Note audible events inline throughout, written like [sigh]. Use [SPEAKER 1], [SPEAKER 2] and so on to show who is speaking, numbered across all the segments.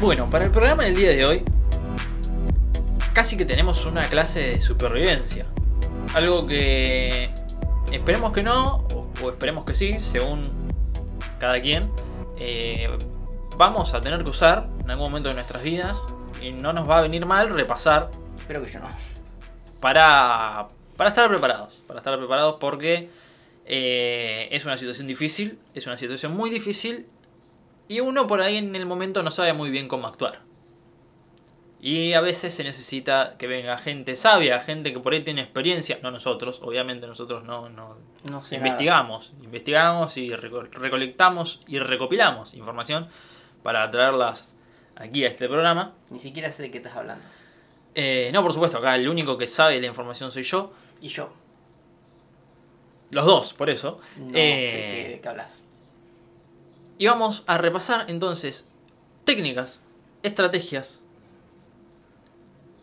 [SPEAKER 1] Bueno, para el programa del día de hoy, casi que tenemos una clase de supervivencia. Algo que esperemos que no, o, o esperemos que sí, según cada quien. eh, vamos a tener que usar en algún momento de nuestras vidas y no nos va a venir mal repasar
[SPEAKER 2] Espero que yo no.
[SPEAKER 1] para, para estar preparados. Para estar preparados porque eh, es una situación difícil, es una situación muy difícil y uno por ahí en el momento no sabe muy bien cómo actuar. Y a veces se necesita que venga gente sabia, gente que por ahí tiene experiencia, no nosotros, obviamente nosotros no, no,
[SPEAKER 2] No sé.
[SPEAKER 1] investigamos, investigamos y reco- recolectamos y recopilamos información para traerlas aquí a este programa.
[SPEAKER 2] nada. Ni siquiera sé de qué estás hablando.
[SPEAKER 1] Eh, no, por supuesto, acá el único que sabe la información soy yo.
[SPEAKER 2] Y yo
[SPEAKER 1] Los dos, por eso.
[SPEAKER 2] no
[SPEAKER 1] Eh,
[SPEAKER 2] sé qué, de qué hablas.
[SPEAKER 1] Y vamos a repasar entonces técnicas, estrategias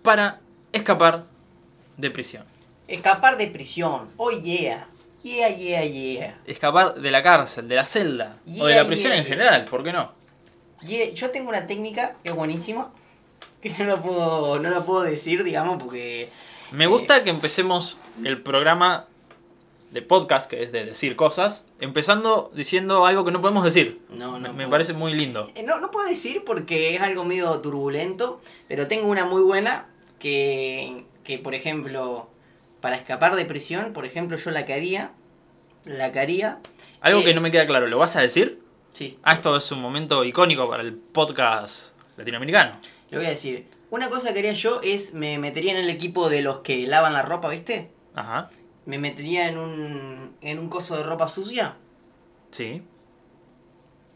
[SPEAKER 1] para escapar de prisión.
[SPEAKER 2] Escapar de prisión. Oh yeah. Yeah, yeah, yeah.
[SPEAKER 1] Escapar de la cárcel, de la celda o de
[SPEAKER 2] Yeah,
[SPEAKER 1] la prisión
[SPEAKER 2] yeah,
[SPEAKER 1] en
[SPEAKER 2] yeah.
[SPEAKER 1] general, ¿por qué no?
[SPEAKER 2] Yeah, Yo tengo una técnica que es buenísima. Que no la puedo, no la puedo decir, digamos, porque.
[SPEAKER 1] Me gusta que empecemos el programa de podcast, que es de decir cosas, empezando diciendo algo que no podemos decir.
[SPEAKER 2] No,
[SPEAKER 1] Me-
[SPEAKER 2] no.
[SPEAKER 1] me
[SPEAKER 2] puedo.
[SPEAKER 1] parece muy lindo.
[SPEAKER 2] Eh, No, no puedo decir porque es algo medio turbulento, pero tengo una muy buena que, que, por ejemplo, para escapar de prisión, por ejemplo, yo la que haría, la que haría,
[SPEAKER 1] Algo que
[SPEAKER 2] Es-
[SPEAKER 1] no me queda claro, ¿lo vas a decir?
[SPEAKER 2] sí,
[SPEAKER 1] Ah, esto es un momento icónico para el podcast latinoamericano.
[SPEAKER 2] lo voy a decir. Una cosa que haría yo es, me metería en el equipo de los que lavan la ropa, ¿viste?
[SPEAKER 1] Ajá,
[SPEAKER 2] Me metería en un, en un coso de ropa sucia
[SPEAKER 1] sí.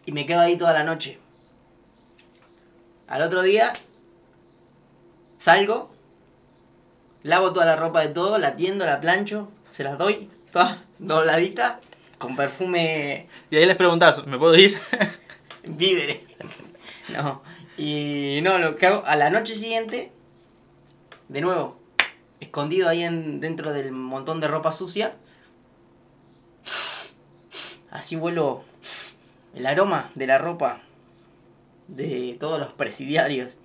[SPEAKER 2] y me quedo ahí toda la noche. Al otro día, salgo, lavo toda la ropa de todo, la tiendo, la plancho, se las doy, toda dobladita, con perfume
[SPEAKER 1] Y ahí les preguntás, ¿me puedo ir?
[SPEAKER 2] víveres. [laughs] No, y no, lo que hago, a la noche siguiente, de nuevo, escondido ahí en, dentro del montón de ropa sucia, así vuelo el aroma de la ropa de todos los presidiarios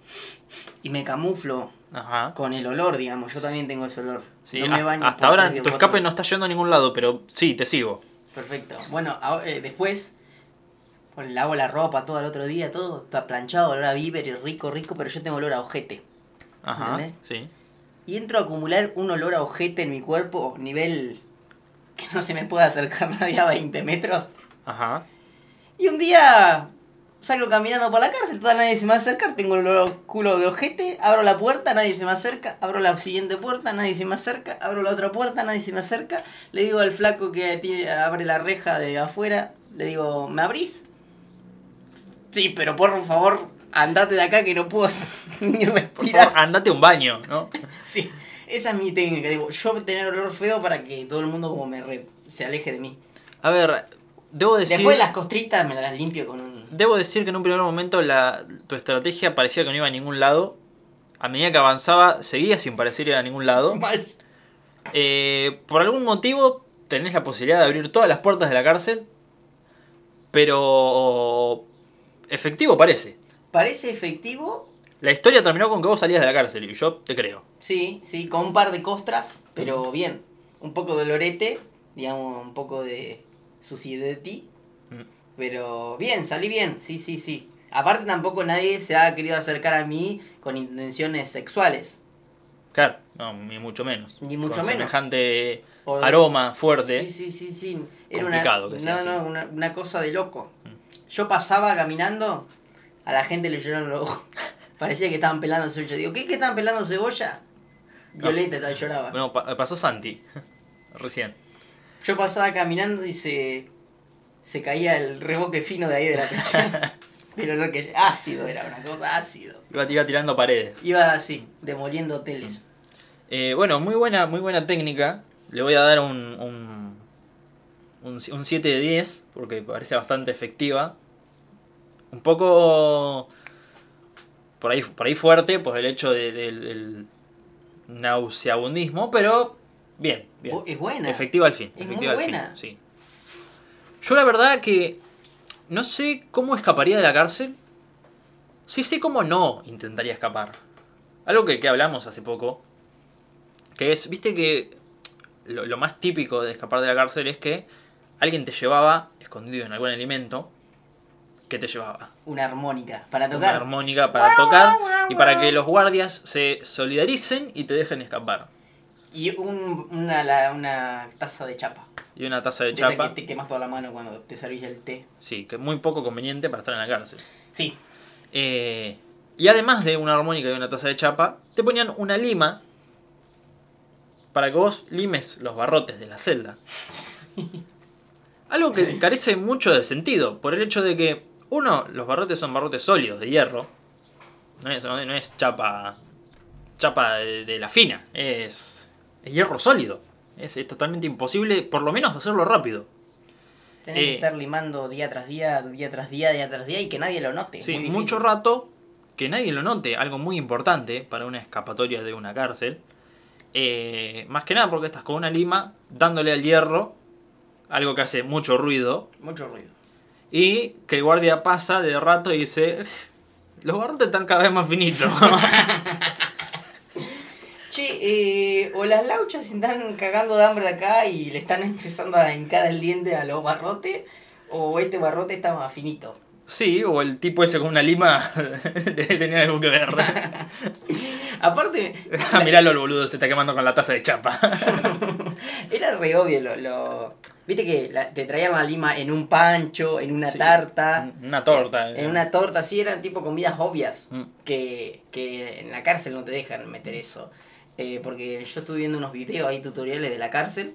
[SPEAKER 2] y me camuflo
[SPEAKER 1] Ajá.
[SPEAKER 2] con el olor, digamos, yo también tengo ese olor.
[SPEAKER 1] Sí,
[SPEAKER 2] No me
[SPEAKER 1] hasta,
[SPEAKER 2] baño
[SPEAKER 1] hasta
[SPEAKER 2] por
[SPEAKER 1] ahora
[SPEAKER 2] tres días,
[SPEAKER 1] tu
[SPEAKER 2] cuatro
[SPEAKER 1] escape no está yendo a ningún lado, pero sí, te sigo.
[SPEAKER 2] Perfecto. Bueno, aho- eh, después bueno, lavo la ropa todo el otro día, todo está planchado, olor a víver y rico, rico, pero yo tengo olor a ojete.
[SPEAKER 1] Ajá,
[SPEAKER 2] ¿Entendés?
[SPEAKER 1] sí.
[SPEAKER 2] Y entro a acumular un olor a ojete en mi cuerpo, nivel que no se me puede acercar [laughs] nadie a 20 metros.
[SPEAKER 1] Ajá.
[SPEAKER 2] Y un día salgo caminando por la cárcel, toda nadie se me va a acercar, tengo el olor a culo de ojete, abro la puerta, nadie se me acerca, abro la siguiente puerta, nadie se me acerca, abro la otra puerta, nadie se me acerca, le digo al flaco que tiene- abre la reja de afuera, le digo, ¿me abrís? Sí, pero por favor, andate de acá que no puedo [laughs] ni
[SPEAKER 1] Por
[SPEAKER 2] respirar.
[SPEAKER 1] favor, andate a un baño, ¿no?
[SPEAKER 2] Sí, esa es mi técnica, digo, yo tener olor feo para que todo el mundo como me re- se aleje de mí.
[SPEAKER 1] A ver, debo decir...
[SPEAKER 2] Después las costritas me las limpio con un...
[SPEAKER 1] Debo decir que en un primer momento la, tu estrategia parecía que no iba a ningún lado. A medida que avanzaba, seguía sin parecer ir a ningún lado.
[SPEAKER 2] Mal.
[SPEAKER 1] Eh, por algún motivo, tenés la posibilidad de abrir todas las puertas de la cárcel. Pero efectivo parece.
[SPEAKER 2] Parece efectivo,
[SPEAKER 1] La historia terminó con que vos salías de la cárcel y yo te creo.
[SPEAKER 2] sí, sí, con un par de costras, pero bien. Un poco de lorete, digamos, un poco de suciedeti,
[SPEAKER 1] Mm.
[SPEAKER 2] pero bien, salí bien, sí, sí, sí. Aparte tampoco nadie se ha querido acercar a mí con intenciones sexuales.
[SPEAKER 1] Claro, no, ni mucho menos.
[SPEAKER 2] Ni mucho
[SPEAKER 1] Con
[SPEAKER 2] menos.
[SPEAKER 1] Semejante
[SPEAKER 2] O-
[SPEAKER 1] aroma fuerte.
[SPEAKER 2] Sí, sí, sí, sí. Era una,
[SPEAKER 1] Complicado que sea
[SPEAKER 2] no,
[SPEAKER 1] así.
[SPEAKER 2] no, una, una cosa de loco. Yo pasaba caminando, a la gente le lloraron los ojos. [laughs] Parecía que estaban pelando cebolla. Digo, ¿qué, qué estaban pelando cebolla? Violeta todavía lloraba.
[SPEAKER 1] Bueno, pa- pasó Santi. [laughs] Recién.
[SPEAKER 2] Yo pasaba caminando y se, se caía el reboque fino de ahí de
[SPEAKER 1] [laughs]
[SPEAKER 2] la prisión. Pero lo que ácido era, una cosa ácido.
[SPEAKER 1] Iba, iba tirando paredes.
[SPEAKER 2] Iba así, demoliendo hoteles.
[SPEAKER 1] Eh, bueno, muy buena, muy buena técnica. Le voy a dar un, un, un, si- un 7 de 10 porque parece bastante efectiva. Un poco por ahí, por ahí fuerte por el hecho de- del, del nauseabundismo, pero bien, bien.
[SPEAKER 2] Bu- Es buena.
[SPEAKER 1] Efectiva al fin.
[SPEAKER 2] Es
[SPEAKER 1] efectiva
[SPEAKER 2] muy
[SPEAKER 1] al fin,
[SPEAKER 2] buena.
[SPEAKER 1] sí. Yo la verdad que no sé cómo escaparía de la cárcel. Sí sé cómo no intentaría escapar. Algo que, que hablamos hace poco, que es, viste que lo, lo más típico de escapar de la cárcel es que alguien te llevaba, escondido en algún alimento, que te llevaba.
[SPEAKER 2] Una armónica para
[SPEAKER 1] Una
[SPEAKER 2] tocar.
[SPEAKER 1] armónica para tocar y para que los guardias se solidaricen y te dejen escapar.
[SPEAKER 2] Y un- una, la- una taza de chapa.
[SPEAKER 1] Y una taza de
[SPEAKER 2] De esa
[SPEAKER 1] chapa.
[SPEAKER 2] que te quemas toda la mano cuando te servís el té.
[SPEAKER 1] Sí, que es muy poco conveniente para estar en la cárcel.
[SPEAKER 2] Sí.
[SPEAKER 1] Eh, y además de una armónica y una taza de chapa, te ponían una lima para que vos limes los barrotes de la celda. Algo que carece mucho de sentido, por el hecho de que, uno, los barrotes son barrotes sólidos, de hierro. No es, no es chapa chapa de, de la fina, es, es hierro sólido. Es, es totalmente imposible, por lo menos, hacerlo rápido.
[SPEAKER 2] Tenés
[SPEAKER 1] Eh.
[SPEAKER 2] que estar limando día tras día, día tras día, día tras día y que nadie lo note.
[SPEAKER 1] Sí,
[SPEAKER 2] Muy difícil.
[SPEAKER 1] mucho rato, que nadie lo note, algo muy importante para una escapatoria de una cárcel. Eh, más que nada porque estás con una lima dándole al hierro, algo que hace mucho ruido,
[SPEAKER 2] Mucho ruido.
[SPEAKER 1] y que el guardia pasa de rato y dice, los barrotes están cada vez más
[SPEAKER 2] [laughs]
[SPEAKER 1] finitos.
[SPEAKER 2] Che, eh, o las lauchas se están cagando de hambre acá y le están empezando a hincar el diente a los barrotes, o este barrote está más finito.
[SPEAKER 1] sí, o el tipo ese con una lima [laughs] debe tener algo que
[SPEAKER 2] [laughs]
[SPEAKER 1] ver.
[SPEAKER 2] Aparte,
[SPEAKER 1] Ah, Miralo el boludo, se está quemando con la taza de chapa.
[SPEAKER 2] era re obvio lo... lo- Viste que la- te traían la lima en un pancho, en una
[SPEAKER 1] Sí,
[SPEAKER 2] tarta,
[SPEAKER 1] una torta.
[SPEAKER 2] Ah,
[SPEAKER 1] eh.
[SPEAKER 2] en una torta, sí, eran tipo comidas obvias
[SPEAKER 1] Mm.
[SPEAKER 2] que, que en la cárcel no te dejan meter eso. Eh, porque yo estuve viendo unos videos, hay tutoriales de la cárcel.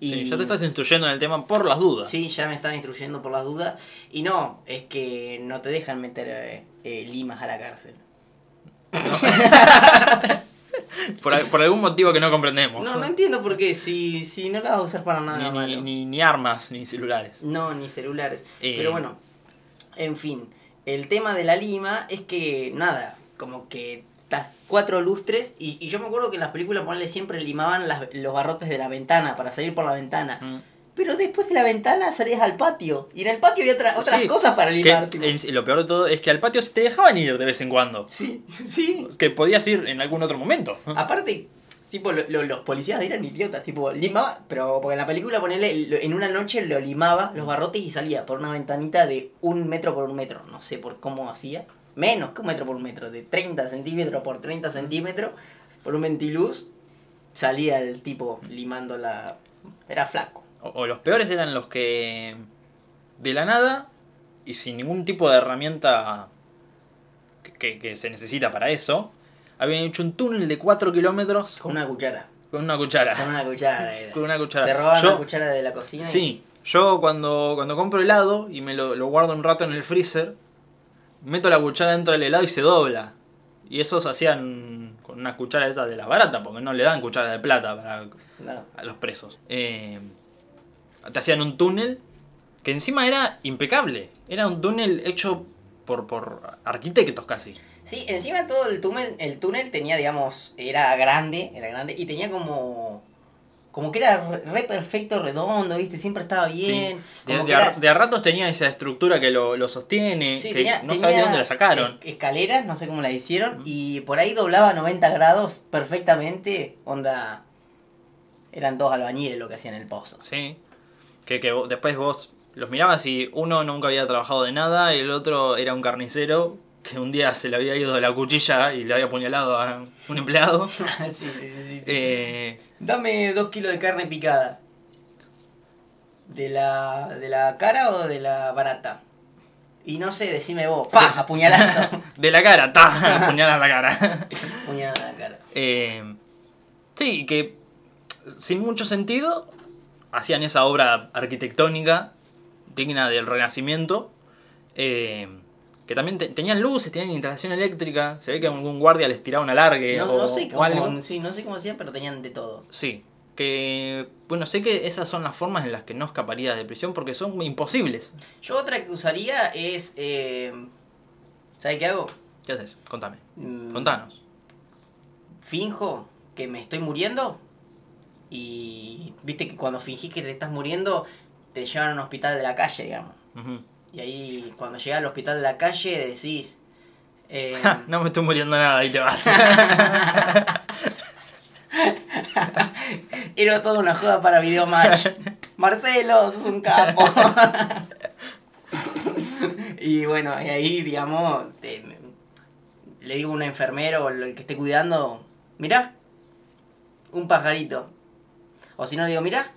[SPEAKER 2] Y
[SPEAKER 1] Sí, ya te estás instruyendo en el tema por las dudas.
[SPEAKER 2] Sí, ya me estaba instruyendo por las dudas. Y no, es que no te dejan meter eh, eh, limas a la cárcel.
[SPEAKER 1] Por, al- por algún motivo que no comprendemos.
[SPEAKER 2] No, no entiendo por qué, si, si no la vas a usar para nada
[SPEAKER 1] ni,
[SPEAKER 2] malo.
[SPEAKER 1] ni, ni- ni armas, ni celulares.
[SPEAKER 2] No, ni celulares.
[SPEAKER 1] Eh.
[SPEAKER 2] Pero bueno, en fin. El tema de la lima es que, nada, como que las cuatro lustres, y, y yo me acuerdo que en las películas, ponerle siempre limaban las- los barrotes de la ventana para salir por la ventana.
[SPEAKER 1] Mm.
[SPEAKER 2] Pero después de la ventana salías al patio, y en el patio había otra- otras
[SPEAKER 1] Sí,
[SPEAKER 2] cosas para
[SPEAKER 1] que
[SPEAKER 2] limar. tipo.
[SPEAKER 1] en- lo peor de todo es que al patio se te dejaban ir de vez en cuando.
[SPEAKER 2] Sí, [laughs] sí.
[SPEAKER 1] Que podías ir en algún otro momento.
[SPEAKER 2] Ah. Aparte, tipo, lo- lo- los policías eran idiotas, tipo, limaba, pero porque en la película ponele, lo- en una noche lo limaba los barrotes y salía por una ventanita de un metro por un metro, no sé por cómo hacía, menos que un metro por un metro, de 30 centímetros por 30 centímetros, por un ventiluz, salía el tipo limando la... era flaco.
[SPEAKER 1] O, o los peores eran los que de la nada y sin ningún tipo de herramienta que, que- que se necesita para eso, habían hecho un túnel de 4 kilómetros
[SPEAKER 2] Con una cuchara.
[SPEAKER 1] con una cuchara.
[SPEAKER 2] Con una cuchara
[SPEAKER 1] [laughs]
[SPEAKER 2] era.
[SPEAKER 1] Con una cuchara.
[SPEAKER 2] Se robaban
[SPEAKER 1] Yo-
[SPEAKER 2] la cuchara de la cocina. y-
[SPEAKER 1] Sí, yo cuando, cuando compro helado y me lo, lo guardo un rato en el freezer, meto la cuchara dentro del helado y se dobla. Y esos hacían con una cuchara esa de las baratas, porque no le dan cuchara de plata para,
[SPEAKER 2] No.
[SPEAKER 1] a los presos. Eh, te hacían un túnel que encima era impecable. Era un túnel hecho por, por arquitectos casi.
[SPEAKER 2] Sí, encima todo el túnel, el túnel tenía, digamos, era grande, era grande, y tenía como. Como que era re, re perfecto, redondo, ¿viste? Siempre estaba bien.
[SPEAKER 1] De,
[SPEAKER 2] como
[SPEAKER 1] de
[SPEAKER 2] que
[SPEAKER 1] a,
[SPEAKER 2] era-
[SPEAKER 1] de a ratos tenía esa estructura que lo, lo sostiene,
[SPEAKER 2] sí,
[SPEAKER 1] que
[SPEAKER 2] tenía-
[SPEAKER 1] no
[SPEAKER 2] tenía
[SPEAKER 1] sabes de dónde la sacaron.
[SPEAKER 2] es- Escaleras, no sé cómo la hicieron, y por ahí doblaba 90 grados perfectamente. Onda. Eran dos albañiles lo que hacían el pozo. [laughs]
[SPEAKER 1] Sí. Que, que vos- después vos los mirabas y uno nunca había trabajado de nada y el otro era un carnicero que un día se le había ido de la cuchilla y le había apuñalado a un empleado. [laughs]
[SPEAKER 2] sí, sí, sí, sí.
[SPEAKER 1] Eh,
[SPEAKER 2] Dame dos kilos de carne picada. ¿De la, ¿De la cara o de la barata? Y no sé, decime vos. ¡Pah! Apuñalazo.
[SPEAKER 1] de la cara, ta, [laughs] apuñalada en la cara. [laughs]
[SPEAKER 2] Puñalada en la cara.
[SPEAKER 1] Eh, sí, que sin mucho sentido hacían esa obra arquitectónica digna del Renacimiento. eh, que también te- tenían luces, tenían instalación eléctrica. Se ve que algún guardia les tiraba un alargue
[SPEAKER 2] No,
[SPEAKER 1] Eh, o,
[SPEAKER 2] no sé
[SPEAKER 1] o
[SPEAKER 2] cómo,
[SPEAKER 1] algo.
[SPEAKER 2] sí, no sé cómo hacían, pero tenían de todo.
[SPEAKER 1] Sí. Que. Bueno, sé que esas son las formas en las que no escaparía de prisión porque son imposibles.
[SPEAKER 2] Yo otra que usaría es. Eh, ¿Sabes qué hago?
[SPEAKER 1] ¿Qué haces? Contame.
[SPEAKER 2] Mm,
[SPEAKER 1] Contanos.
[SPEAKER 2] Finjo que me estoy muriendo. Y viste que cuando fingís que te estás muriendo, te llevan a un hospital de la calle, digamos.
[SPEAKER 1] Ujú. [laughs]
[SPEAKER 2] Y ahí, cuando llegas al hospital de la calle, decís, Eh,
[SPEAKER 1] No me estoy muriendo nada y te
[SPEAKER 2] [laughs]
[SPEAKER 1] vas.
[SPEAKER 2] era toda una joda para Videomatch. Marcelo, sos un capo. [laughs] y bueno, y ahí, digamos, te- le digo a un enfermero o el que esté cuidando, mirá, un pajarito. O si no, le digo, mirá,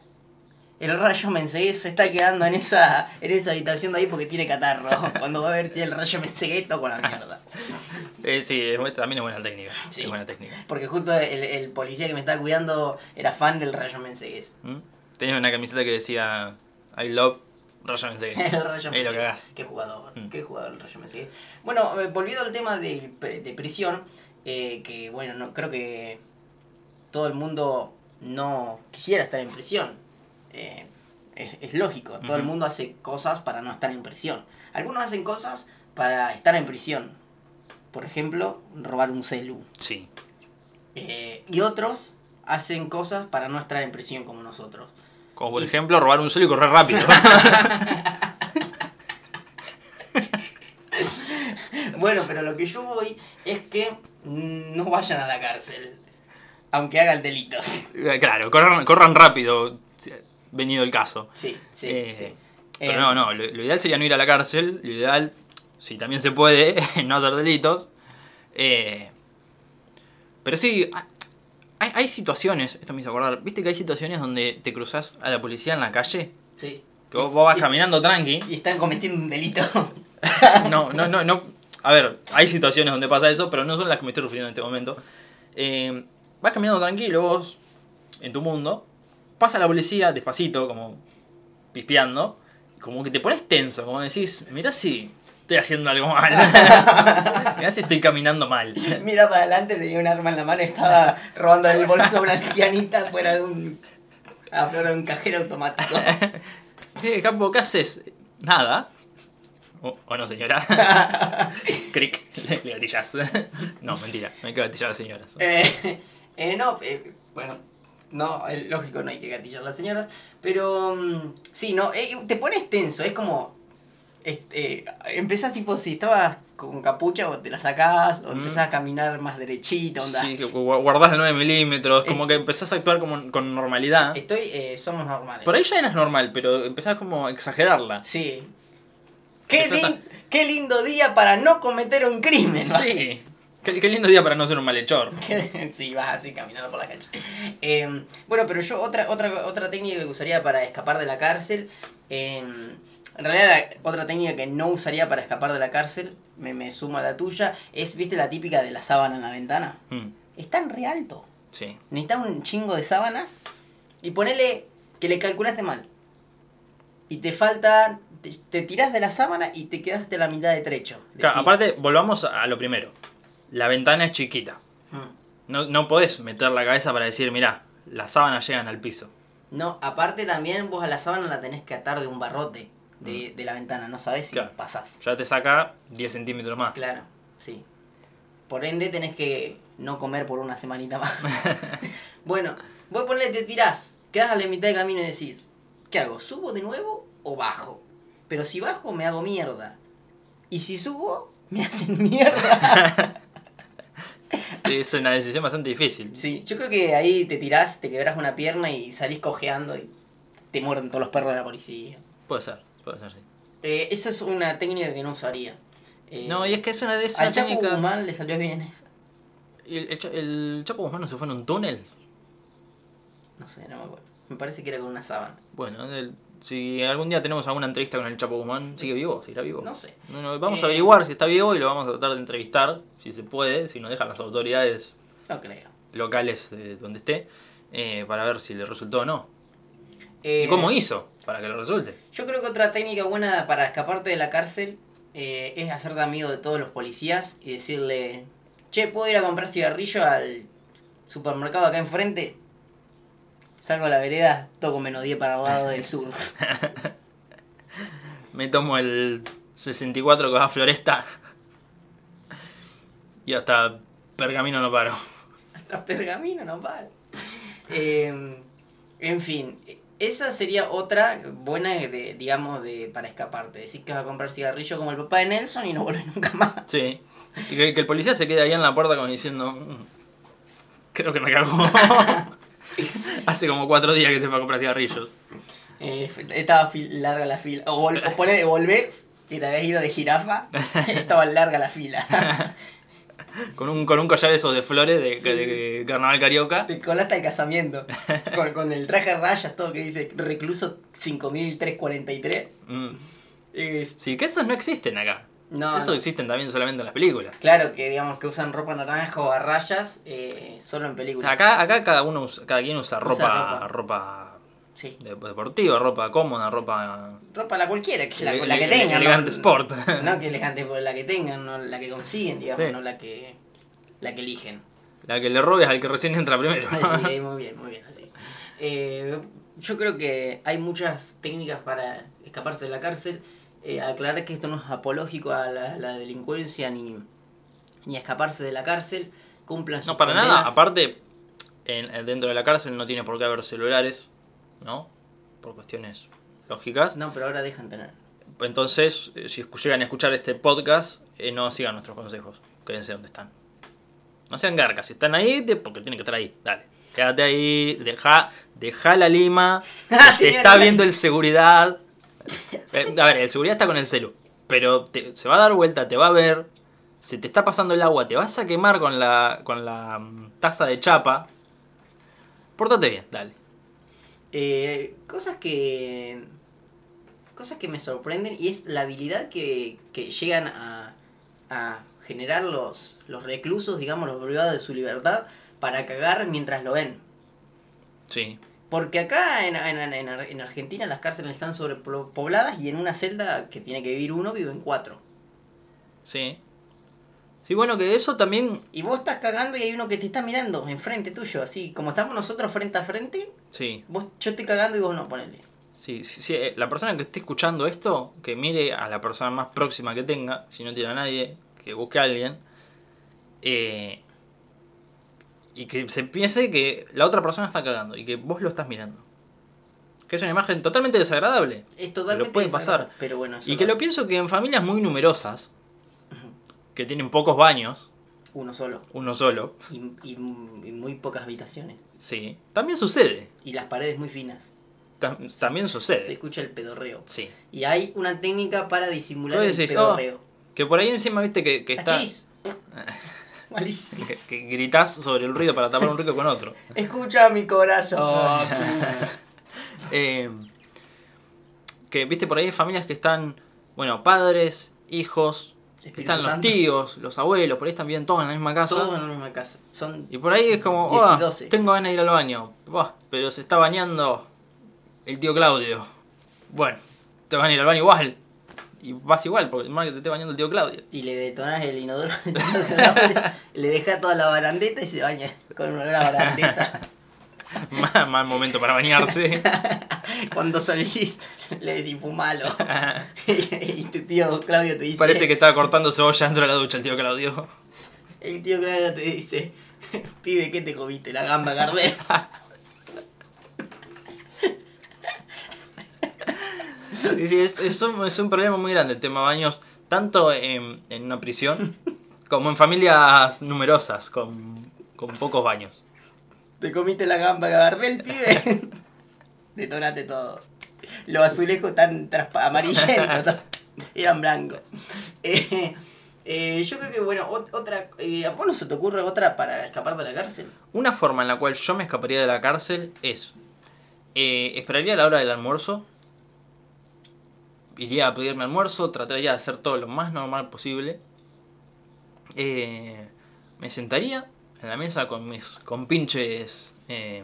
[SPEAKER 2] el rayo Mensegués se está quedando en esa, en esa habitación de ahí porque tiene catarro. Cuando va a ver el rayo Mensegués, toco la mierda.
[SPEAKER 1] Eh, sí, es bu- también es buena técnica.
[SPEAKER 2] Sí.
[SPEAKER 1] Es buena técnica.
[SPEAKER 2] Porque justo el, el policía que me estaba cuidando era fan del rayo Mensegués.
[SPEAKER 1] ¿Mm? Tenías una camiseta que decía I love Rayo Mensegues.
[SPEAKER 2] [laughs] [laughs] El Rayo
[SPEAKER 1] Ahí lo
[SPEAKER 2] Menezes.
[SPEAKER 1] cagás.
[SPEAKER 2] Qué jugador,
[SPEAKER 1] Mm.
[SPEAKER 2] qué jugador el Rayo Menezes. Bueno, eh, volviendo al tema de, pre- de prisión, eh, que bueno, no creo que todo el mundo no quisiera estar en prisión. Eh, es, es lógico, todo el
[SPEAKER 1] Ujú.
[SPEAKER 2] mundo hace cosas para no estar en prisión. Algunos hacen cosas para estar en prisión. Por ejemplo, robar un celu.
[SPEAKER 1] Sí.
[SPEAKER 2] Eh, y otros hacen cosas para no estar en prisión como nosotros.
[SPEAKER 1] Como por
[SPEAKER 2] Y-
[SPEAKER 1] ejemplo robar un sol y correr rápido.
[SPEAKER 2] [laughs] Bueno, pero lo que yo voy es que mm, no vayan a la cárcel. Aunque hagan delitos.
[SPEAKER 1] Eh, claro, corran, corran rápido, si- venido el caso.
[SPEAKER 2] Sí, sí,
[SPEAKER 1] Eh,
[SPEAKER 2] sí.
[SPEAKER 1] Pero
[SPEAKER 2] Eh,
[SPEAKER 1] no, no, lo, lo ideal sería no ir a la cárcel, lo ideal, si también se puede, [laughs] no hacer delitos. Eh, pero sí, ha- hay, hay situaciones, esto me hizo acordar, viste que hay situaciones donde te cruzas a la policía en la calle,
[SPEAKER 2] Sí.
[SPEAKER 1] que vos, vos vas
[SPEAKER 2] Y-
[SPEAKER 1] caminando tranqui.
[SPEAKER 2] Y están cometiendo un delito. [laughs]
[SPEAKER 1] No, no, no, no. A ver, hay situaciones donde pasa eso, pero no son las que me estoy refiriendo en este momento. Eh, vas caminando tranquilo vos, en tu mundo. Pasa la policía despacito, como pispeando. Como que te pones tenso, como decís, mirá si estoy haciendo algo mal. mirá si estoy caminando mal.
[SPEAKER 2] Mira para adelante, tenía un arma en la mano, estaba robando el bolso a una ancianita fuera de un. afuera de un cajero automático.
[SPEAKER 1] Eh, Capo, ¿qué haces? Nada. O, o no, señora. [laughs] Cric, le, le gatillas. [laughs] No, mentira, no hay que gatillar a las señoras.
[SPEAKER 2] Eh, [laughs] eh, no, eh, bueno, no, eh, lógico, no hay que gatillar a las señoras, pero mm, sí, no, eh, te pones tenso, es como, este, eh, empezás tipo, si estabas con capucha o te la sacás, o
[SPEAKER 1] Mm.
[SPEAKER 2] empezás a caminar más derechito, onda.
[SPEAKER 1] Sí, que gu- guardás el 9 milímetros, como que empezás a actuar como, con normalidad.
[SPEAKER 2] Estoy, eh, somos normales.
[SPEAKER 1] Por ahí ya eras normal, pero empezás como a exagerarla.
[SPEAKER 2] Sí. Qué,
[SPEAKER 1] Empezás a-
[SPEAKER 2] lin- qué lindo día para no cometer un crimen. ¿va?
[SPEAKER 1] Sí. Qué, qué lindo día para no ser un malhechor.
[SPEAKER 2] [laughs] sí, vas así caminando por la calle. Eh, bueno, pero yo otra, otra, otra técnica que usaría para escapar de la cárcel, eh, en realidad la- otra técnica que no usaría para escapar de la cárcel, me, me sumo a la tuya, es, viste, la típica de la sábana en la ventana.
[SPEAKER 1] Mm,
[SPEAKER 2] Está en re alto.
[SPEAKER 1] Sí.
[SPEAKER 2] Necesitas un chingo de sábanas y ponele que le calculaste mal. Y te falta, te, te tirás de la sábana y te quedaste la mitad de trecho.
[SPEAKER 1] Claro,
[SPEAKER 2] Decís,
[SPEAKER 1] aparte, volvamos a lo primero. La ventana es chiquita.
[SPEAKER 2] "Mm,
[SPEAKER 1] No, no podés meter la cabeza para decir, mirá, las sábanas llegan al piso.
[SPEAKER 2] No, aparte también vos a la sábana la tenés que atar de un barrote de, de la ventana, no sabés si
[SPEAKER 1] Claro.
[SPEAKER 2] pasás.
[SPEAKER 1] Ya te saca 10 centímetros más.
[SPEAKER 2] Claro, sí. Por ende tenés que no comer por una semanita más. bueno, vos ponle, te tirás, quedás a la mitad de camino y decís, ¿qué hago? ¿Subo de nuevo o bajo? Pero si bajo me hago mierda. Y si subo, me [laughs] hacen mierda.
[SPEAKER 1] Es una decisión bastante difícil.
[SPEAKER 2] sí, yo creo que ahí te tirás, te quebrás una pierna y salís cojeando y te muerden todos los perros de la policía.
[SPEAKER 1] Puede ser, puede ser, sí.
[SPEAKER 2] Eh, esa es una técnica que no usaría. Eh,
[SPEAKER 1] No, y es que es una, es una
[SPEAKER 2] Al Chapo
[SPEAKER 1] técnica...
[SPEAKER 2] Guzmán le salió bien esa.
[SPEAKER 1] El, el, Cha- el Chapo Guzmán no se fue en un túnel.
[SPEAKER 2] No sé, no me acuerdo. Me parece que era con una sábana.
[SPEAKER 1] Bueno, el- si algún día tenemos alguna entrevista con el Chapo Guzmán, sigue vivo, seguirá vivo.
[SPEAKER 2] No sé.
[SPEAKER 1] No, no, vamos a
[SPEAKER 2] Eh.
[SPEAKER 1] averiguar si está vivo y lo vamos a tratar de entrevistar, si se puede, si nos dejan las autoridades
[SPEAKER 2] No creo.
[SPEAKER 1] locales de donde esté, eh, para ver si le resultó o no.
[SPEAKER 2] Eh,
[SPEAKER 1] ¿Y cómo hizo para que le resulte?
[SPEAKER 2] Yo creo que otra técnica buena para escaparte de la cárcel eh, es hacerte amigo de todos los policías y decirle, che, ¿puedo ir a comprar cigarrillo al supermercado acá enfrente? Salgo a la vereda, toco menos 10 para el lado del sur.
[SPEAKER 1] Me tomo el 64 con la floresta [laughs] y hasta pergamino no paro.
[SPEAKER 2] [laughs] Hasta pergamino no para. Eh, Em, en fin, esa sería otra buena, de, digamos, de para escaparte. Decís que vas a comprar cigarrillo como el papá de Nelson y no volvés [laughs] nunca más.
[SPEAKER 1] Sí. Y que, que el policía se quede ahí en la puerta como diciendo. "Mm, Creo que me
[SPEAKER 2] [laughs]
[SPEAKER 1] cagó. Hace como cuatro días que se fue a comprar cigarrillos.
[SPEAKER 2] Eh, estaba fil- larga la fila. O, vol- o ponele, volvés, que te habías ido de jirafa, [laughs] estaba larga la fila. [laughs]
[SPEAKER 1] Con un, con un collar esos de flores de,
[SPEAKER 2] Sí,
[SPEAKER 1] de- de carnaval carioca.
[SPEAKER 2] Te colaste al casamiento. Con, con el traje a rayas, todo que dice recluso 5343.
[SPEAKER 1] Mm.
[SPEAKER 2] Es-
[SPEAKER 1] Sí, que esos no existen acá.
[SPEAKER 2] No,
[SPEAKER 1] esos
[SPEAKER 2] no.
[SPEAKER 1] existen también solamente en las películas.
[SPEAKER 2] Claro que digamos que usan ropa naranja o a rayas eh, solo en películas.
[SPEAKER 1] Acá, acá cada uno usa- cada quien usa ropa,
[SPEAKER 2] Usa
[SPEAKER 1] ropa.
[SPEAKER 2] ropa.
[SPEAKER 1] de-
[SPEAKER 2] Sí.
[SPEAKER 1] deportiva, ropa cómoda, ropa
[SPEAKER 2] Ropa la cualquiera, que la,
[SPEAKER 1] ele-
[SPEAKER 2] la que
[SPEAKER 1] ele-
[SPEAKER 2] tengan.
[SPEAKER 1] elegante
[SPEAKER 2] no,
[SPEAKER 1] sport. [laughs]
[SPEAKER 2] No, que elegante por la que tengan, no la que consiguen, digamos,
[SPEAKER 1] Sí.
[SPEAKER 2] no la que la que eligen.
[SPEAKER 1] La que le robes al que recién entra primero.
[SPEAKER 2] [laughs]
[SPEAKER 1] [laughs]
[SPEAKER 2] Sí, muy bien, muy bien, así. Eh, yo creo que hay muchas técnicas para escaparse de la cárcel. Eh, aclarar que esto no es apológico a la, la delincuencia ni, ni a escaparse de la cárcel. Cumplan sus
[SPEAKER 1] No, para nada.
[SPEAKER 2] condenas.
[SPEAKER 1] Aparte, en- en- dentro de la cárcel no tiene por qué haber celulares, ¿no? Por cuestiones lógicas.
[SPEAKER 2] No, pero ahora dejan tener.
[SPEAKER 1] Entonces, eh, si escu- llegan a escuchar este podcast, eh, no sigan nuestros consejos. Quédense donde están. No sean garcas. Si están ahí, de- porque tienen que estar ahí. Dale. Quédate ahí. Deja, deja la
[SPEAKER 2] [laughs]
[SPEAKER 1] lima. Te
[SPEAKER 2] Tenía
[SPEAKER 1] está
[SPEAKER 2] que-
[SPEAKER 1] viendo el seguridad.
[SPEAKER 2] [laughs]
[SPEAKER 1] Eh, A ver, el seguridad está con el celu. Pero te- se va a dar vuelta, te va a ver. Se te está pasando el agua, te vas a quemar con la, con la mm, taza de chapa. Pórtate bien, dale.
[SPEAKER 2] Eh, cosas que. Cosas que me sorprenden y es la habilidad que, que llegan a, a generar los, los reclusos, digamos, los privados de su libertad, para cagar mientras lo ven.
[SPEAKER 1] Sí.
[SPEAKER 2] Porque acá en, en- en Ar- en Argentina las cárceles están sobrepobladas y en una celda que tiene que vivir uno viven cuatro.
[SPEAKER 1] Sí. Sí, bueno, que eso también.
[SPEAKER 2] Y vos estás cagando y hay uno que te está mirando enfrente tuyo, así como estamos nosotros frente a frente,
[SPEAKER 1] Sí.
[SPEAKER 2] vos, yo estoy cagando y vos no, ponele.
[SPEAKER 1] Sí, sí, sí, eh, la persona que esté escuchando esto, que mire a la persona más próxima que tenga, si no tiene a nadie, que busque a alguien, eh, y que se piense que la otra persona está cagando y que vos lo estás mirando. Que es una imagen totalmente desagradable.
[SPEAKER 2] Es totalmente
[SPEAKER 1] puede pasar.
[SPEAKER 2] desagradable, Pero bueno, eso
[SPEAKER 1] Y que lo
[SPEAKER 2] pasa.
[SPEAKER 1] pienso que en familias muy numerosas, que tienen pocos baños,
[SPEAKER 2] uno solo.
[SPEAKER 1] uno solo,
[SPEAKER 2] y, y- y muy pocas habitaciones.
[SPEAKER 1] sí, también sucede.
[SPEAKER 2] Y las paredes muy finas.
[SPEAKER 1] Tam- también
[SPEAKER 2] Se
[SPEAKER 1] sucede.
[SPEAKER 2] escucha el pedorreo.
[SPEAKER 1] Sí.
[SPEAKER 2] Y hay una técnica para disimular
[SPEAKER 1] Vos
[SPEAKER 2] el
[SPEAKER 1] decís, "Oh,
[SPEAKER 2] pedorreo.
[SPEAKER 1] Que por ahí encima viste que, que está...
[SPEAKER 2] ¡Achís! [laughs] Malísimo.
[SPEAKER 1] Que, que gritás sobre el ruido para tapar un ruido con otro.
[SPEAKER 2] Escucha
[SPEAKER 1] [laughs]
[SPEAKER 2] mi corazón.
[SPEAKER 1] Eh, que viste por ahí hay familias que están, bueno, padres, hijos,
[SPEAKER 2] Espíritu
[SPEAKER 1] están los
[SPEAKER 2] Santo.
[SPEAKER 1] tíos, los abuelos, por ahí están bien todos en la misma casa.
[SPEAKER 2] Todos en la misma casa. Son
[SPEAKER 1] Y por ahí es como,
[SPEAKER 2] Diez y
[SPEAKER 1] "Oh,
[SPEAKER 2] doce".
[SPEAKER 1] tengo ganas de ir al baño, Buah, pero se está bañando el tío Claudio. Bueno, te van a ir al baño igual. Y vas igual, porque más que te esté bañando el tío Claudio. [laughs]
[SPEAKER 2] Y le detonas el inodoro. [laughs] le deja toda la barandeta y se baña con una barandeta.
[SPEAKER 1] Más, más momento para
[SPEAKER 2] [laughs]
[SPEAKER 1] bañarse.
[SPEAKER 2] Cuando solís, le decís
[SPEAKER 1] [laughs]
[SPEAKER 2] fumalo. [laughs] y tu tío Claudio te dice.
[SPEAKER 1] Parece que estaba cortando cebolla dentro de la ducha el tío Claudio.
[SPEAKER 2] El tío Claudio te dice, [laughs] pibe, ¿qué te comiste? La gamba Gardel. [laughs]
[SPEAKER 1] Sí, sí, es, es un, es un problema muy grande el tema baños, tanto en, en una prisión como en familias numerosas con, con pocos baños.
[SPEAKER 2] ¿Te comiste la gamba Gardel, pibe? [laughs] Detonate todo. Los azulejos tan transpa- amarillentos. to- [laughs] Eran blancos. [laughs] Eh, eh, yo creo que, bueno, ot- otra... eh, ¿A vos no se te ocurre otra para escapar de la cárcel?
[SPEAKER 1] Una forma en la cual yo me escaparía de la cárcel es, eh, esperaría la hora del almuerzo, iría a pedirme almuerzo, trataría de hacer todo lo más normal posible, eh, me sentaría en la mesa con mis compinches eh,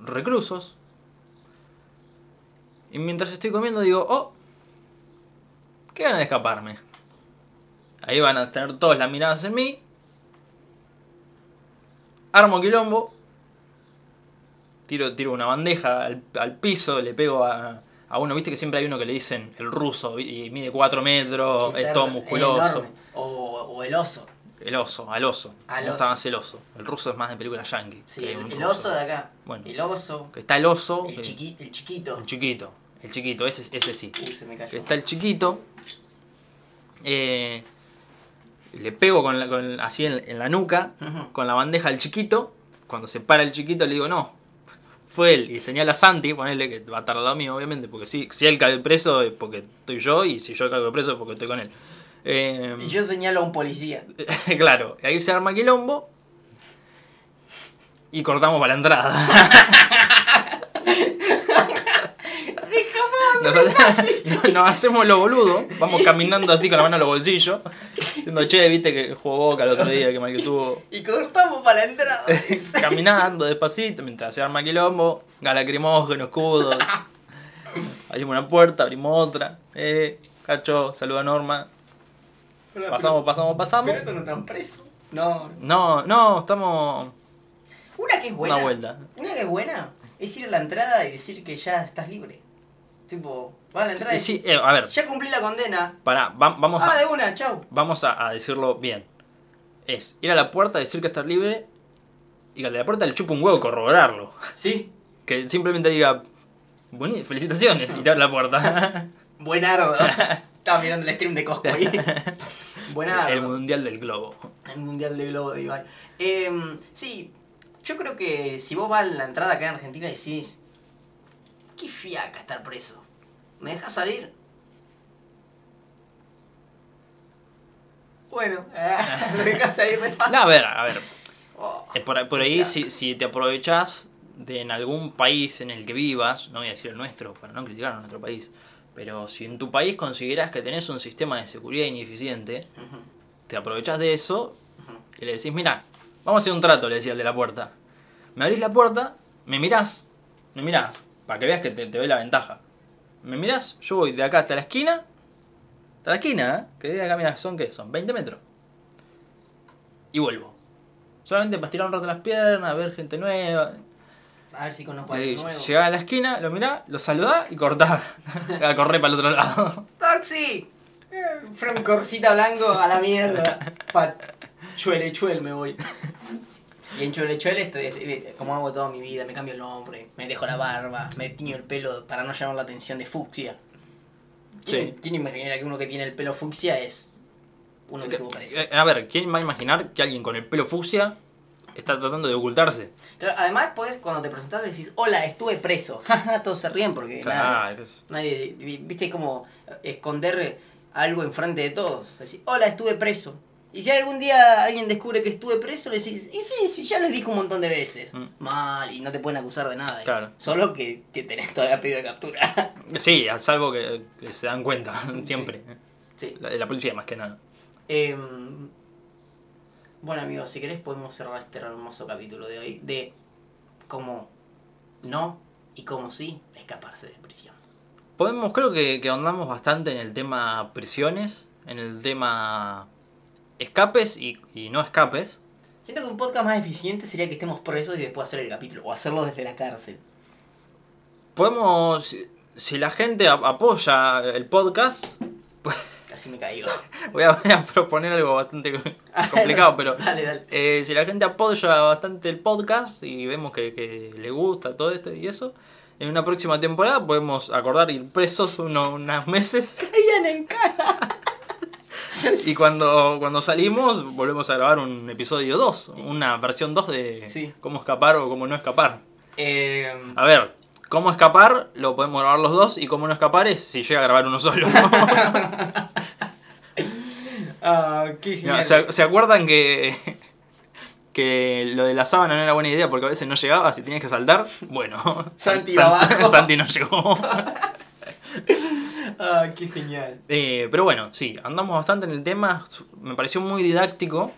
[SPEAKER 1] reclusos, y mientras estoy comiendo digo, oh, qué ganas de escaparme. Ahí van a tener todos las miradas en mí, armo quilombo, tiro, tiro una bandeja al, al piso, le pego a, a uno, viste que siempre hay uno que le dicen el ruso y mide 4 metros,
[SPEAKER 2] Sí,
[SPEAKER 1] Oh, es
[SPEAKER 2] ter-
[SPEAKER 1] todo
[SPEAKER 2] es
[SPEAKER 1] musculoso.
[SPEAKER 2] enorme. O, o el oso.
[SPEAKER 1] El oso, al oso.
[SPEAKER 2] Al
[SPEAKER 1] Me gusta
[SPEAKER 2] oso.
[SPEAKER 1] más el oso. El ruso es más de película yankee.
[SPEAKER 2] Sí,
[SPEAKER 1] que
[SPEAKER 2] el,
[SPEAKER 1] un
[SPEAKER 2] el
[SPEAKER 1] ruso.
[SPEAKER 2] oso de acá.
[SPEAKER 1] Bueno.
[SPEAKER 2] El oso.
[SPEAKER 1] Que está el oso.
[SPEAKER 2] El,
[SPEAKER 1] que-
[SPEAKER 2] chiqui, el chiquito.
[SPEAKER 1] el chiquito. El chiquito, ese, ese sí.
[SPEAKER 2] Uy, se me
[SPEAKER 1] Que
[SPEAKER 2] cayó.
[SPEAKER 1] Está el chiquito. eh, le pego con la- con- así en, en la nuca,
[SPEAKER 2] Ujú.
[SPEAKER 1] con la bandeja al chiquito. Cuando se para el chiquito le digo, no, fue él. Y señala a Santi, ponele que va a estar al lado mío, obviamente. Porque si, si él cae preso es porque estoy yo. Y si yo caigo preso es porque estoy con él. Eh,
[SPEAKER 2] Y yo señalo a un policía.
[SPEAKER 1] [laughs] claro, ahí se arma quilombo. Y cortamos para la entrada. Nos, nos- [laughs] nos hacemos los boludos, vamos caminando así con la mano en los bolsillos, diciendo, che, viste que jugó Boca el otro día, que mal que estuvo.
[SPEAKER 2] [laughs] Y cortamos para
[SPEAKER 1] [laughs]
[SPEAKER 2] la entrada.
[SPEAKER 1] Caminando despacito, mientras se arma quilombo, gas lacrimógeno, escudo. Abrimos una puerta, abrimos otra. Eh, cacho, saluda a Norma.
[SPEAKER 2] Hola,
[SPEAKER 1] Pasamos, pasamos,
[SPEAKER 2] pero-
[SPEAKER 1] pasamos.
[SPEAKER 2] Pero esto no están preso. No.
[SPEAKER 1] No, no, estamos...
[SPEAKER 2] Una que es buena.
[SPEAKER 1] Una vuelta.
[SPEAKER 2] Una que es buena es ir a la entrada y decir que ya estás libre. Tipo, va a la entrada y
[SPEAKER 1] Sí, eh, a ver,
[SPEAKER 2] ya cumplí la condena.
[SPEAKER 1] pará, va- vamos a...
[SPEAKER 2] Ah, de una, chau.
[SPEAKER 1] vamos a, a decirlo bien. Es ir a la puerta, decir que estás libre y que al de la puerta le chupa un huevo corroborarlo.
[SPEAKER 2] Sí.
[SPEAKER 1] Que simplemente diga, "Boni- felicitaciones y te abre la
[SPEAKER 2] [laughs]
[SPEAKER 1] puerta. [laughs]
[SPEAKER 2] Buenardo. Estaba mirando el stream de Cosco ahí. Buenardo.
[SPEAKER 1] El mundial del globo.
[SPEAKER 2] El Mundial de Globo de Ibai. Em, sí, yo creo que si vos vas a la entrada acá en Argentina y decís, qué fiaca estar preso. ¿Me dejas salir? Bueno, [laughs] me dejas salir re fácil.
[SPEAKER 1] No, a ver, a ver.
[SPEAKER 2] Oh,
[SPEAKER 1] eh, Por, por ahí, si, si te aprovechás de en algún país en el que vivas, no voy a decir el nuestro, para no criticar a nuestro país, pero si en tu país consideras que tenés un sistema de seguridad ineficiente,
[SPEAKER 2] ujú,
[SPEAKER 1] te aprovechás de eso
[SPEAKER 2] ujú.
[SPEAKER 1] Y le decís, mira, vamos a hacer un trato, le decía el de la puerta. Me abrís la puerta, me mirás, me mirás, para que veas que te, te doy la ventaja. Me mirás, yo voy de acá hasta la esquina, hasta la esquina, ¿eh? que de acá, mirá, son qué, son 20 metros. Y vuelvo. Solamente para estirar un rato las piernas, ver gente nueva.
[SPEAKER 2] [laughs] A ver si conozco a alguien Ah, nuevo.
[SPEAKER 1] Llegás a la esquina, lo mirás, lo saludás y cortás. [laughs] a correr para el otro lado.
[SPEAKER 2] ¡Taxi! Eh, Francorcita blanco a la mierda. Pa Chuelechuel me voy. Y en Chuelechuel, este, este, como hago toda mi vida, me cambio el nombre, me dejo la barba, me tiño el pelo para no llamar la atención de fucsia. ¿Quién,
[SPEAKER 1] Sí.
[SPEAKER 2] quién imaginaría que uno que tiene el pelo fucsia es uno que tuvo parecido?
[SPEAKER 1] Eh, A ver, ¿quién va a imaginar que alguien con el pelo fucsia está tratando de ocultarse?
[SPEAKER 2] Claro, además, pues, cuando te presentás decís, hola,
[SPEAKER 1] [laughs]
[SPEAKER 2] estuve preso. Jaja, Todos se ríen porque nada,
[SPEAKER 1] Claro, es-
[SPEAKER 2] nadie, vi- viste, es como eh, esconder algo enfrente de todos. Decís, hola, estuve preso. Y si algún día alguien descubre que estuve preso, le decís, y sí, sí, ya les dije un montón de veces.
[SPEAKER 1] Mm.
[SPEAKER 2] Mal, y no te pueden acusar de nada. ¿eh?
[SPEAKER 1] Claro.
[SPEAKER 2] Solo que, que tenés todavía pedido de captura. [laughs]
[SPEAKER 1] Sí, a salvo que, que se dan cuenta, [laughs] siempre.
[SPEAKER 2] sí.
[SPEAKER 1] La, la policía más que nada.
[SPEAKER 2] Em, bueno, amigos, si querés podemos cerrar este hermoso capítulo de hoy de cómo no y cómo sí escaparse de prisión.
[SPEAKER 1] Podemos, creo que, que ahondamos bastante en el tema prisiones, en el tema escapes y, y no escapes.
[SPEAKER 2] Siento que un podcast más eficiente sería que estemos presos y después hacer el capítulo, o hacerlo desde la cárcel.
[SPEAKER 1] Podemos, si, si la gente a- apoya el podcast, [laughs]
[SPEAKER 2] Casi me caigo.
[SPEAKER 1] voy a, voy a proponer algo bastante [laughs] complicado, pero
[SPEAKER 2] [laughs] dale, dale.
[SPEAKER 1] eh, si la gente apoya bastante el podcast y vemos que, que le gusta todo esto y eso, en una próxima temporada podemos acordar ir presos uno, unos meses.
[SPEAKER 2] Caían en cara.
[SPEAKER 1] Y cuando, cuando salimos, volvemos a grabar un episodio 2, una versión 2 de
[SPEAKER 2] Sí.
[SPEAKER 1] cómo escapar o cómo no escapar.
[SPEAKER 2] Em,
[SPEAKER 1] A ver, cómo escapar lo podemos grabar los dos y cómo no escapar es si llega a grabar uno solo.
[SPEAKER 2] [laughs] ah,
[SPEAKER 1] [laughs]
[SPEAKER 2] qué
[SPEAKER 1] No,
[SPEAKER 2] genial.
[SPEAKER 1] ¿se, se acuerdan que, que lo de la sábana no era buena idea porque a veces no llegaba si tenías que saltar? Bueno,
[SPEAKER 2] Santi
[SPEAKER 1] San-
[SPEAKER 2] abajo.
[SPEAKER 1] [laughs] Santi no
[SPEAKER 2] [laughs]
[SPEAKER 1] llegó.
[SPEAKER 2] Ah, qué genial.
[SPEAKER 1] Eh, pero bueno, sí, andamos bastante en el tema. Su- Me pareció muy didáctico.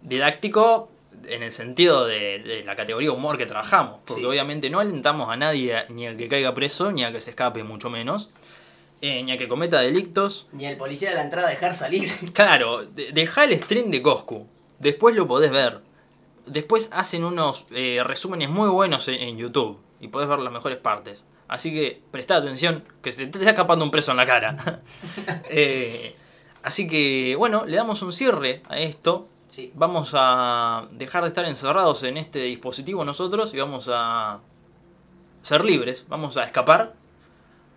[SPEAKER 1] Didáctico en el sentido de, de la categoría humor que trabajamos. Porque
[SPEAKER 2] Sí.
[SPEAKER 1] obviamente no alentamos a nadie a- ni a que caiga preso, ni a que se escape, mucho menos. eh, ni a que cometa delictos.
[SPEAKER 2] Ni el policía de la entrada dejar salir. [laughs]
[SPEAKER 1] Claro, de- dejá el stream de Coscu. Después lo podés ver. Después hacen unos eh, resúmenes muy buenos en, en YouTube. Y podés ver las mejores partes. Así que prestad atención, que se te está escapando un preso en la cara. [laughs] Eh, Así que, bueno, le damos un cierre a esto.
[SPEAKER 2] Sí.
[SPEAKER 1] Vamos a dejar de estar encerrados en este dispositivo nosotros y vamos a ser libres. Vamos a escapar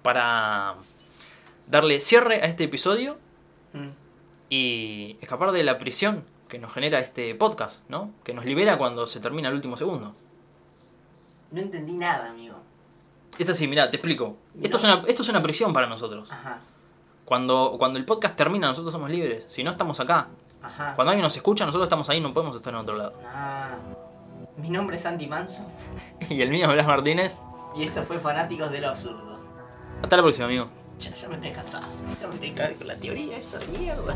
[SPEAKER 1] para darle cierre a este episodio
[SPEAKER 2] Mm.
[SPEAKER 1] y escapar de la prisión que nos genera este podcast, ¿no? Que nos libera cuando se termina el último segundo.
[SPEAKER 2] No entendí nada, amigo.
[SPEAKER 1] Es así, mirá, te explico. Esto es una, esto es una prisión para nosotros.
[SPEAKER 2] Ajá,
[SPEAKER 1] Cuando, cuando el podcast termina, nosotros somos libres. Si no, estamos acá.
[SPEAKER 2] ajá.
[SPEAKER 1] Cuando alguien nos escucha, nosotros estamos ahí, no podemos estar en otro lado. [laughs]
[SPEAKER 2] Ah. Mi nombre es Andy Manso
[SPEAKER 1] Y el mío, Blas Martínez.
[SPEAKER 2] y esto fue Fanáticos de lo Absurdo.
[SPEAKER 1] Hasta la próxima, amigo.
[SPEAKER 2] Ya, ya me estoy cansado. Ya me estoy cansado con la teoría esa de mierda.